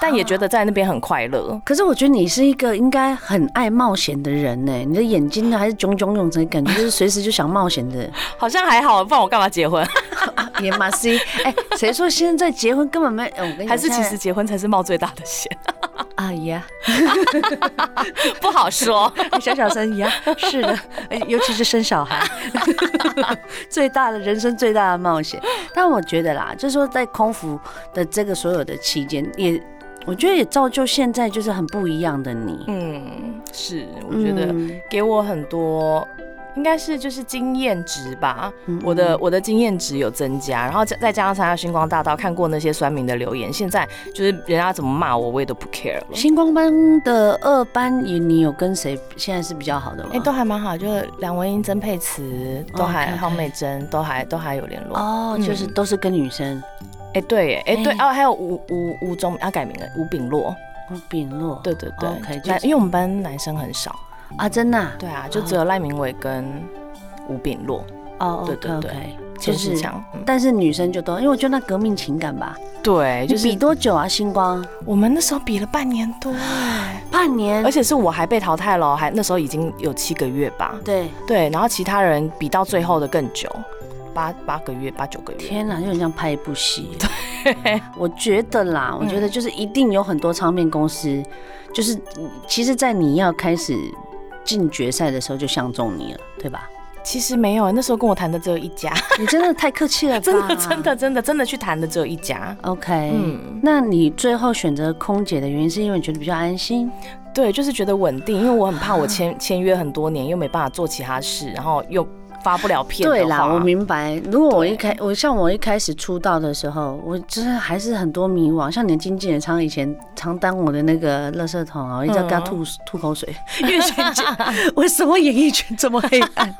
[SPEAKER 2] 但也觉得在那边很快乐。
[SPEAKER 1] 可是我觉得你是一个应该很爱冒险的人呢，你的眼睛呢还是炯炯有神，感觉就是随时就想冒险的。啊
[SPEAKER 2] 好像还好，不然我干嘛结婚？
[SPEAKER 1] 也马 C，哎，谁说现在结婚根本没？呃我跟你讲
[SPEAKER 2] 还是其
[SPEAKER 1] 现在
[SPEAKER 2] 实结婚才是冒最大的险，
[SPEAKER 1] 啊呀，
[SPEAKER 2] 不好说。
[SPEAKER 1] 小小声呀，是的，呃尤其是生小孩， 最大的人生最大的冒险。但我觉得啦，就是说在空服的这个所有的期间，也我觉得也造就现在就是很不一样的你。
[SPEAKER 2] 嗯，是，我觉得
[SPEAKER 1] 嗯
[SPEAKER 2] 给我很多，应该是就是经验值吧。
[SPEAKER 1] 嗯
[SPEAKER 2] 我的我的经验值有增加，然后再再加上参加星光大道，看过那些酸民的留言，现在就是人家怎么骂我，我也都不 care 了。
[SPEAKER 1] 星光班的二班，你你有跟谁现在是比较好的吗？
[SPEAKER 2] 哎、都还蛮好，就是梁文音、曾沛慈，都
[SPEAKER 1] 嗯
[SPEAKER 2] 还、
[SPEAKER 1] 哦 OK
[SPEAKER 2] 郝美珍，都还都还有联络。哎、
[SPEAKER 1] 哦，就是都是跟女生。
[SPEAKER 2] 对耶，哎、对
[SPEAKER 1] 哎
[SPEAKER 2] 哦，还有吴吴吴宗，他、啊、改名了，吴炳洛。
[SPEAKER 1] 嗯丙洛
[SPEAKER 2] 对对对
[SPEAKER 1] 哦 OK，
[SPEAKER 2] 男
[SPEAKER 1] 就
[SPEAKER 2] 因为我们班男生很少，
[SPEAKER 1] 啊，真的啊
[SPEAKER 2] 对啊，就只有赖明伟跟吴炳洛、
[SPEAKER 1] 哦，
[SPEAKER 2] 对对
[SPEAKER 1] OK，OK，
[SPEAKER 2] 对
[SPEAKER 1] 就
[SPEAKER 2] 陈
[SPEAKER 1] 是
[SPEAKER 2] 世，强。嗯，
[SPEAKER 1] 但是女生就都，因为我觉得那革命情感吧，
[SPEAKER 2] 对，就
[SPEAKER 1] 你
[SPEAKER 2] 是
[SPEAKER 1] 比多久啊？星光
[SPEAKER 2] 我们那时候比了半年多哎，
[SPEAKER 1] 半年，
[SPEAKER 2] 而
[SPEAKER 1] 且
[SPEAKER 2] 且是我还被淘汰了，还那时候已经有七个月吧。
[SPEAKER 1] 对，
[SPEAKER 2] 对，然后其他人比到最后的更久，八八个月、八九个月。
[SPEAKER 1] 天哪，就很像拍一部戏。对， 我觉得
[SPEAKER 2] 嗯
[SPEAKER 1] 啦，我觉得就是一定有很多唱片公司，就是其实，在你要开始进决赛的时候就相中你了，对 吧？
[SPEAKER 2] 其实没有，那时候跟我谈的只有一家，
[SPEAKER 1] 你真的太客气了吧？
[SPEAKER 2] 真 的、真。的、真的、真的去谈的只有一家。
[SPEAKER 1] OK，
[SPEAKER 2] 嗯，
[SPEAKER 1] 那你最后选择空姐的原因是因为你觉得比较安心？
[SPEAKER 2] 对，就是觉得稳定，因为我很怕我签签约很多年，又没办法做其他事，然后又发不了片的
[SPEAKER 1] 对啦，
[SPEAKER 2] 话
[SPEAKER 1] 我明白。如果我一
[SPEAKER 2] 对
[SPEAKER 1] 开，我像我一开始出道的时候，我真的还是很多迷惘。像你的经纪人常以前常当我的那个垃圾桶啊，我一直要跟他吐、吐口水，因为觉得 为什么演艺圈这么黑 暗？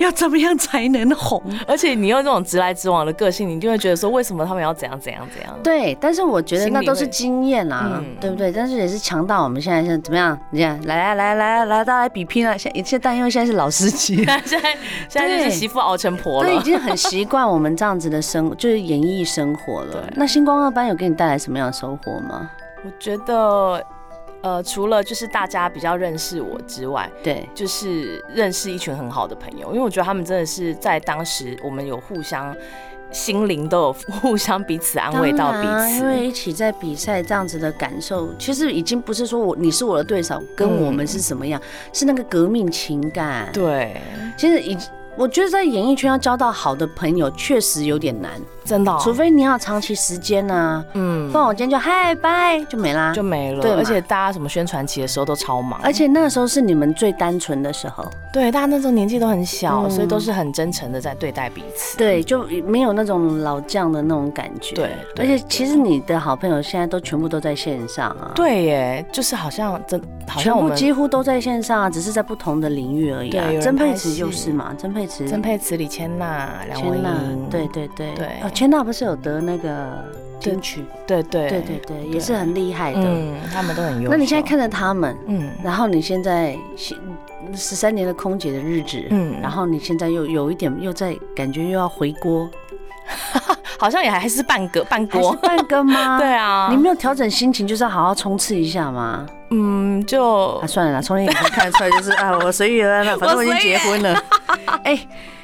[SPEAKER 1] 要怎么样才能红？
[SPEAKER 2] 而且你用这种直来直往的个性，你就会觉得说，为什么他们要怎样怎样怎 样？
[SPEAKER 1] 对，但是我觉得
[SPEAKER 2] 心
[SPEAKER 1] 那
[SPEAKER 2] 里
[SPEAKER 1] 都
[SPEAKER 2] 会
[SPEAKER 1] 是经验啊，
[SPEAKER 2] 嗯
[SPEAKER 1] 对不对？但是也是强到我们现在是怎么样？你看，来啊来啊来啊来啊，大家来比拼啊！现现在但因为现在是老司机，啊
[SPEAKER 2] 但现在现在就是媳妇熬成婆
[SPEAKER 1] 对，已
[SPEAKER 2] 了。
[SPEAKER 1] 经很习惯我们这样子的生， 就是演艺生活了
[SPEAKER 2] 对。
[SPEAKER 1] 那星光二班有给你带来什么样的收获吗？
[SPEAKER 2] 我觉得，呃，除了就是大家比较认识我之外，
[SPEAKER 1] 对，
[SPEAKER 2] 就是认识一群很好的朋友，因为我觉得他们真的是在当时我们有互相心灵都有互相彼此安慰到
[SPEAKER 1] 当
[SPEAKER 2] 彼
[SPEAKER 1] 然啊因为
[SPEAKER 2] 此。
[SPEAKER 1] 一起在比赛这样子的感受，其实已经不是说我你是我的对手，跟我们是什么样，是那个革命情感。，
[SPEAKER 2] 嗯对，
[SPEAKER 1] 其实已。我觉得在演艺圈要交到好的朋友确实有点难，
[SPEAKER 2] 真的哦、
[SPEAKER 1] 除非你要长期时间呐、
[SPEAKER 2] 嗯
[SPEAKER 1] 不然我今天就嗨拜就没啦
[SPEAKER 2] 就。没了
[SPEAKER 1] 对。哎嘛
[SPEAKER 2] 而且大家什么宣传期的时候都超忙，
[SPEAKER 1] 而且那个时候是你们最单纯的时候，
[SPEAKER 2] 对大家那时候年纪都很小，
[SPEAKER 1] 嗯
[SPEAKER 2] 所以都是很真诚的在对待彼此。
[SPEAKER 1] 对，就没有那种老将的那种感觉。
[SPEAKER 2] 对
[SPEAKER 1] 而
[SPEAKER 2] 对
[SPEAKER 1] 且其实你的好朋友现在都全部都在线上啊，，
[SPEAKER 2] 对耶，就是好像真好
[SPEAKER 1] 全
[SPEAKER 2] 像我
[SPEAKER 1] 部
[SPEAKER 2] 们
[SPEAKER 1] 几乎都在线上啊，只是在不同的领域而已啊
[SPEAKER 2] 对有。人
[SPEAKER 1] 曾佩
[SPEAKER 2] 拍
[SPEAKER 1] 慈
[SPEAKER 2] 戏
[SPEAKER 1] 就是嘛，曾佩慈，
[SPEAKER 2] 曾沛慈、李千娜、梁文
[SPEAKER 1] 千娜，
[SPEAKER 2] 音，
[SPEAKER 1] 对对对，
[SPEAKER 2] 对
[SPEAKER 1] 哦，千娜不是有得那个
[SPEAKER 2] 对
[SPEAKER 1] 金曲，
[SPEAKER 2] 对对
[SPEAKER 1] 对对对，也是很厉害的。
[SPEAKER 2] 嗯，他们都很优秀。
[SPEAKER 1] 那你现在，看着他们，
[SPEAKER 2] 嗯
[SPEAKER 1] 然后你现在十三年的空姐的日子，
[SPEAKER 2] 嗯，
[SPEAKER 1] 然后你现在又有一点又在感觉又要回锅，
[SPEAKER 2] 好像也还是半个半
[SPEAKER 1] 还是
[SPEAKER 2] 锅，
[SPEAKER 1] 半个 吗？
[SPEAKER 2] 对啊，
[SPEAKER 1] 你没有调整心情，就是要好好冲刺一下嘛。
[SPEAKER 2] 嗯就
[SPEAKER 1] 啊，算了啦，从你看得出来就是啊，我随缘 了，反正我已经结婚了。哎、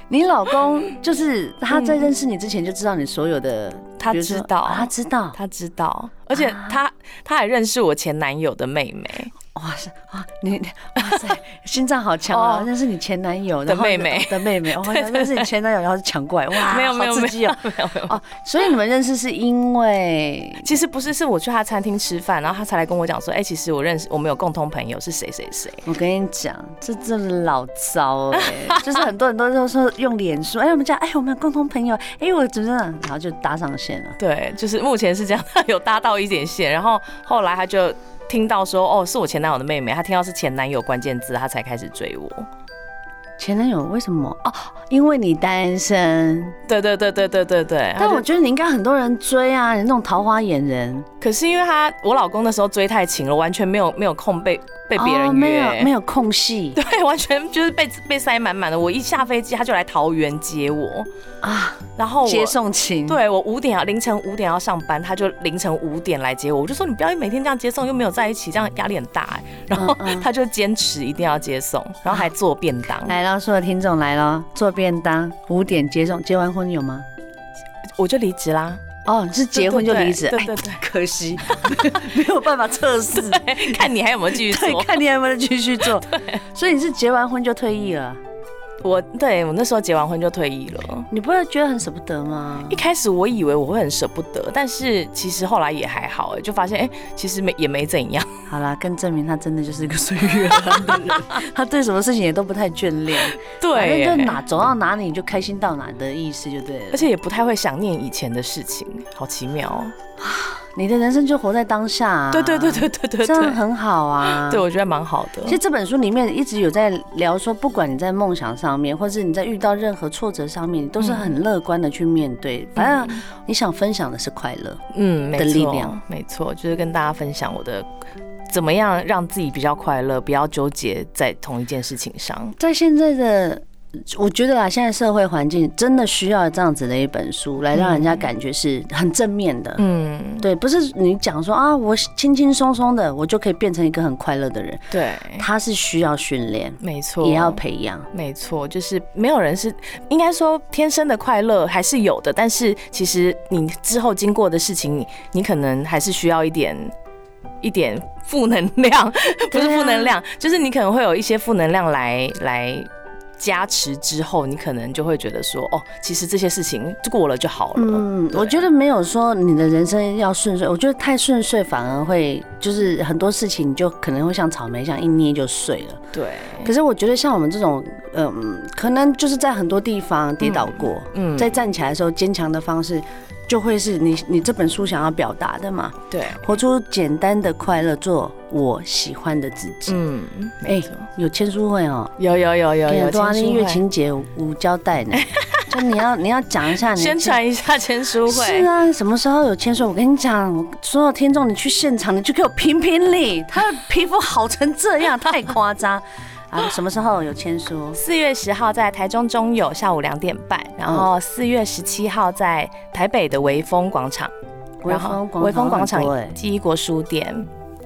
[SPEAKER 1] 你老公就是他在认识你之前就知道你所有的，
[SPEAKER 2] 嗯他
[SPEAKER 1] 比如说
[SPEAKER 2] 知道
[SPEAKER 1] 啊他知道，
[SPEAKER 2] 他知道，而且他他还认识我前男友的妹妹
[SPEAKER 1] 哇塞，哇你哇塞，心脏好强啊！
[SPEAKER 2] 哦
[SPEAKER 1] 认识你前男友
[SPEAKER 2] 的
[SPEAKER 1] 然后
[SPEAKER 2] 妹 妹
[SPEAKER 1] 的妹 妹，哦，认识你前男友然后抢过来，哇，
[SPEAKER 2] 没有没有
[SPEAKER 1] 好刺激哦。
[SPEAKER 2] 没有没有。
[SPEAKER 1] 哦，所以你们认识是因为
[SPEAKER 2] 其实不是，是我去他餐厅吃饭，然后他才来跟我讲说，哎、其实我认识我们有共同朋友是谁谁谁。
[SPEAKER 1] 我跟你讲，这真的老糟哎、 就是很多人都都说用脸书，哎、我们讲，哎、我们有共同朋友，哎、我怎么怎么样，然后就搭上线了。
[SPEAKER 2] 对，就是目前是这样，他有搭到一点线，然后后来他就听到说，哦，是我前男友的妹妹，他听到是前男友关键字，他才开始追我。
[SPEAKER 1] 前男友为什么？哦，因为你单身。
[SPEAKER 2] 对对对对对对对。
[SPEAKER 1] 但我觉得你应该很多人追啊，你那种桃花眼人，
[SPEAKER 2] 可是因为他我老公那时候追太勤了，完全没有没有空被被别人约，
[SPEAKER 1] 哦没有没有空隙
[SPEAKER 2] 对，完全就是被被塞满满的。我一下飞机，他就来桃园接我，
[SPEAKER 1] 啊，
[SPEAKER 2] 然后我
[SPEAKER 1] 接送情。，
[SPEAKER 2] 哦对我五点啊，凌晨五点要上班，他就凌晨五点来接我。我就说你不要每天这样接送，又没有在一起，这样压力很大、 欸。然后
[SPEAKER 1] 嗯嗯
[SPEAKER 2] 他就坚持一定要接送，然后还做便当。
[SPEAKER 1] 来了，所有听众来了，做便当，五点接送，结完婚有吗？
[SPEAKER 2] 我就离职啦，
[SPEAKER 1] 哦，是嗯结婚就离职，
[SPEAKER 2] 对
[SPEAKER 1] 哎，
[SPEAKER 2] 对对
[SPEAKER 1] 可惜 没有办法测试，
[SPEAKER 2] 对对，看你还有没有 继续
[SPEAKER 1] 对，
[SPEAKER 2] 做。
[SPEAKER 1] 看你有没有继续 做。所以你是结完婚就退役了，
[SPEAKER 2] 我对我那时候结完婚就退役了。
[SPEAKER 1] 你不会觉得很舍不得吗
[SPEAKER 2] 一？开始我以为我会很舍不得，但是其实后来也还好、欸，就发现哎、欸其实没也没怎样。
[SPEAKER 1] 好啦，更证明他真的就是一个随遇 而安的人，他对什么事情也都不太眷恋，反
[SPEAKER 2] 对、
[SPEAKER 1] 正
[SPEAKER 2] 欸
[SPEAKER 1] 就哪走到哪里你就开心到哪的意思就对
[SPEAKER 2] 而
[SPEAKER 1] 了。
[SPEAKER 2] 且也不太会想念以前的事情，好奇妙哦！
[SPEAKER 1] 你的人生就活在当下、啊，
[SPEAKER 2] 对对对，对对对
[SPEAKER 1] 这样
[SPEAKER 2] 对，
[SPEAKER 1] 很好啊。
[SPEAKER 2] 对我觉得蛮好的
[SPEAKER 1] 其。实这本书里面一直有在聊说，不管你在梦想上面，或是你在遇到任何挫折上面，你
[SPEAKER 2] 嗯
[SPEAKER 1] 都是很乐观的去面对。反正你想分享的是快乐，
[SPEAKER 2] 嗯，没
[SPEAKER 1] 的力
[SPEAKER 2] 错
[SPEAKER 1] 量，
[SPEAKER 2] 没错，就是跟大家分享我的怎么样让自己比较快乐，不要纠结在同一件事情上。
[SPEAKER 1] 在现在的。我觉得啊，现在社会环境真的需要这样子的一本书，来让人家感觉是很正面的。
[SPEAKER 2] 嗯，
[SPEAKER 1] 对，不是你讲说啊，我轻轻松松的，我就可以变成一个很快乐的人。
[SPEAKER 2] 对，
[SPEAKER 1] 他是需要训练，
[SPEAKER 2] 没错，
[SPEAKER 1] 也要培养。
[SPEAKER 2] 没错，就是没有人是应该说天生的快乐还是有的，但是其实你之后经过的事情，你你可能还是需要一点一点负能量， 不是负能量，
[SPEAKER 1] 啊
[SPEAKER 2] 就是你可能会有一些负能量来来。加持之后，你可能就会觉得说，哦，其实这些事情过了就好了。
[SPEAKER 1] 嗯，
[SPEAKER 2] 对
[SPEAKER 1] 我觉得没有说你的人生要顺遂，我觉得太顺遂反而会就是很多事情你就可能会像草莓一样一捏就碎了。
[SPEAKER 2] 对，
[SPEAKER 1] 可是我觉得像我们这种，嗯，可能就是在很多地方跌倒过，
[SPEAKER 2] 嗯，
[SPEAKER 1] 在站起来的时候坚强的方式，就会是你你这本书想要表达的嘛，
[SPEAKER 2] 对，
[SPEAKER 1] 活出简单的快乐，做我喜欢的自己。
[SPEAKER 2] 嗯，
[SPEAKER 1] 哎
[SPEAKER 2] 没错，
[SPEAKER 1] 有签书会哦，
[SPEAKER 2] 有有有有有，
[SPEAKER 1] 多阿丽
[SPEAKER 2] 签书
[SPEAKER 1] 月
[SPEAKER 2] 会
[SPEAKER 1] 情节无交代呢， 就你要你要讲一下你的
[SPEAKER 2] 宣传一下签书会，
[SPEAKER 1] 是啊，什么时候有签售？我跟你讲，我所有听众，你去现场，你就给我评评 理。他的皮肤好成这样，太夸张啊！什么时候有签书？
[SPEAKER 2] 四月十号在台中中友下午两点半，然后
[SPEAKER 1] 嗯
[SPEAKER 2] 四月十七号在台北的微风广场，
[SPEAKER 1] 微
[SPEAKER 2] 然后
[SPEAKER 1] 风广
[SPEAKER 2] 微风广
[SPEAKER 1] 场很多
[SPEAKER 2] 场
[SPEAKER 1] 欸，
[SPEAKER 2] 记忆国书店，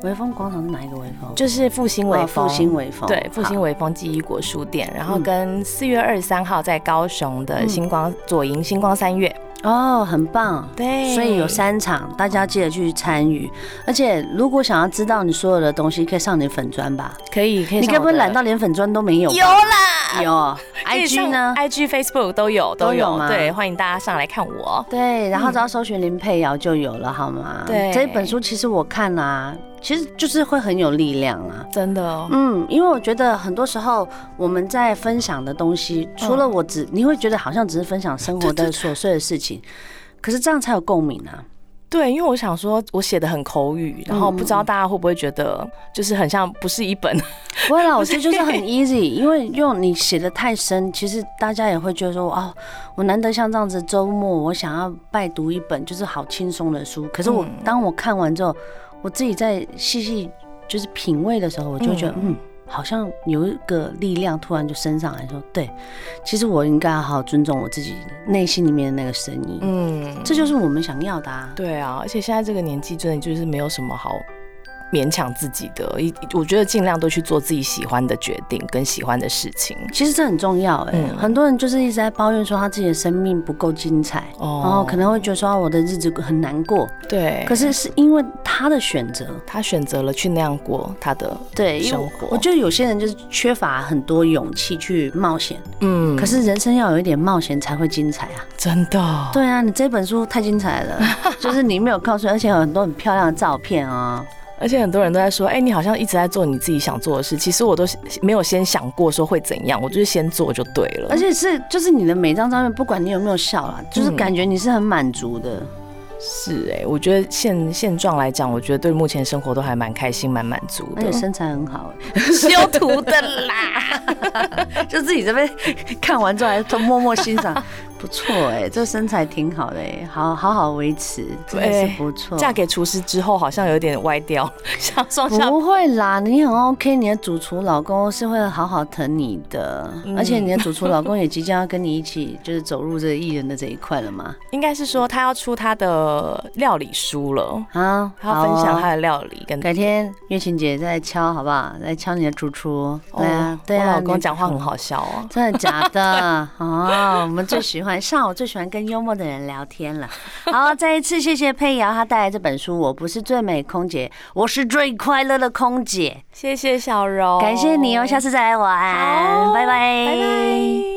[SPEAKER 1] 微风广场是哪一个微风？
[SPEAKER 2] 就是复兴微
[SPEAKER 1] 哦
[SPEAKER 2] 风，
[SPEAKER 1] 复兴微风，
[SPEAKER 2] 对复兴
[SPEAKER 1] 好嗯
[SPEAKER 2] 微风记忆国书店，然后跟四月二十三号在高雄的星光左营星光三月，
[SPEAKER 1] 哦，很棒。
[SPEAKER 2] 对，
[SPEAKER 1] 所以有三场，大家记得去参与。而且如果想要知道你所有的东西，可以上你粉砖吧。
[SPEAKER 2] 可以可以上我的，
[SPEAKER 1] 你该不会懒到连粉砖都没有吧？
[SPEAKER 2] 有啦
[SPEAKER 1] 有
[SPEAKER 2] 可以上
[SPEAKER 1] ，IG 呢？
[SPEAKER 2] ？IG、Facebook 都有
[SPEAKER 1] 都
[SPEAKER 2] 都
[SPEAKER 1] 有
[SPEAKER 2] 有，
[SPEAKER 1] 吗
[SPEAKER 2] 对，欢迎大家上来看我。
[SPEAKER 1] 对，然后只要搜寻林佩瑶就有了，好吗？
[SPEAKER 2] 对
[SPEAKER 1] 这本书其实我看啦、其实就是会很有力量啊。
[SPEAKER 2] 真的哦，
[SPEAKER 1] 嗯，因为我觉得很多时候我们在分享的东西，除了我只，你会觉得好像只是分享生活的琐碎的事情，可是这样才有共鸣啊。
[SPEAKER 2] 对，因为我想说，我写的很口语，然后不知道大家会不会觉得，就是很像不是一本，
[SPEAKER 1] 不会啦，我觉得就是很 easy，因为用你写的太深，其实大家也会觉得说，哦，我难得像这样子周末，我想要拜读一本就是好轻松的书。可是
[SPEAKER 2] 嗯
[SPEAKER 1] 我、当我看完之后，我自己在细细就是品味的时候，我就会觉得，嗯。好像有一个力量突然就升上来说，对，其实我应该好好尊重我自己内心里面的那个声音，
[SPEAKER 2] 嗯，
[SPEAKER 1] 这就是我们想要的啊。
[SPEAKER 2] 对啊，而且现在这个年纪，真的就是没有什么好勉强自己的，一我觉得尽量都去做自己喜欢的决定跟喜欢的事情。
[SPEAKER 1] 其实这很重要哎、
[SPEAKER 2] 嗯
[SPEAKER 1] 很多人就是一直在抱怨说他自己的生命不够精彩，
[SPEAKER 2] 哦
[SPEAKER 1] 然后可能会觉得说啊我的日子很难过，
[SPEAKER 2] 对，
[SPEAKER 1] 可是是因为他的选择。
[SPEAKER 2] 他选择了去那样过他的，
[SPEAKER 1] 对，因为
[SPEAKER 2] 生活
[SPEAKER 1] 我觉得有些人就是缺乏很多勇气去冒险，
[SPEAKER 2] 嗯，
[SPEAKER 1] 可是人生要有一点冒险才会精彩啊！
[SPEAKER 2] 真的，
[SPEAKER 1] 对啊，你这本书太精彩 了，就是你没有告诉，而且有很多很漂亮的照片啊、
[SPEAKER 2] 而且很多人都在说，哎、你好像一直在做你自己想做的事，其实我都没有先想过说会怎样，我就是先做就对了，
[SPEAKER 1] 啊
[SPEAKER 2] 嗯
[SPEAKER 1] 而且是就是你的每张照片，不管你有没有笑啦，就是感觉你是很满足的。
[SPEAKER 2] 是哎、我觉得现现状来讲，我觉得对目前生活都还蛮开心、蛮满足
[SPEAKER 1] 而
[SPEAKER 2] 的
[SPEAKER 1] 且。身材很好，
[SPEAKER 2] 哎修图的啦，
[SPEAKER 1] 就自己这边看完之后还偷默默欣 赏，不错哎、这身材挺好的哎、好好好维持，真的
[SPEAKER 2] 对
[SPEAKER 1] 是不错。
[SPEAKER 2] 嫁给厨师之后好像有点歪掉， 像双向
[SPEAKER 1] 不会啦，你很 OK，你的主厨老公是会好好疼你的，
[SPEAKER 2] 嗯
[SPEAKER 1] 而且你的主厨老公也即将要跟你一起，就是走入这个艺人的这一块了嘛。
[SPEAKER 2] 应该是说他要出他的料理书了，
[SPEAKER 1] 好，
[SPEAKER 2] 他要
[SPEAKER 1] 好
[SPEAKER 2] 分享
[SPEAKER 1] 哦
[SPEAKER 2] 他的料理跟。
[SPEAKER 1] 改天月琴姐再来敲好不好？来敲你的主厨。对啊
[SPEAKER 2] 哦，
[SPEAKER 1] 对
[SPEAKER 2] 我
[SPEAKER 1] 啊，
[SPEAKER 2] 老公
[SPEAKER 1] 你
[SPEAKER 2] 讲话很好笑哦。
[SPEAKER 1] 真的假的？ 哦，我们最喜欢上午 最喜欢跟幽默的人聊天了。好，再一次谢谢佩瑶，她带来这本书《我不是最美空姐，我是最快乐的空姐
[SPEAKER 2] 谢谢小》，
[SPEAKER 1] 哦
[SPEAKER 2] 柔，
[SPEAKER 1] 感谢你哦，下次再来玩，
[SPEAKER 2] 哦好
[SPEAKER 1] 拜拜，
[SPEAKER 2] 拜拜。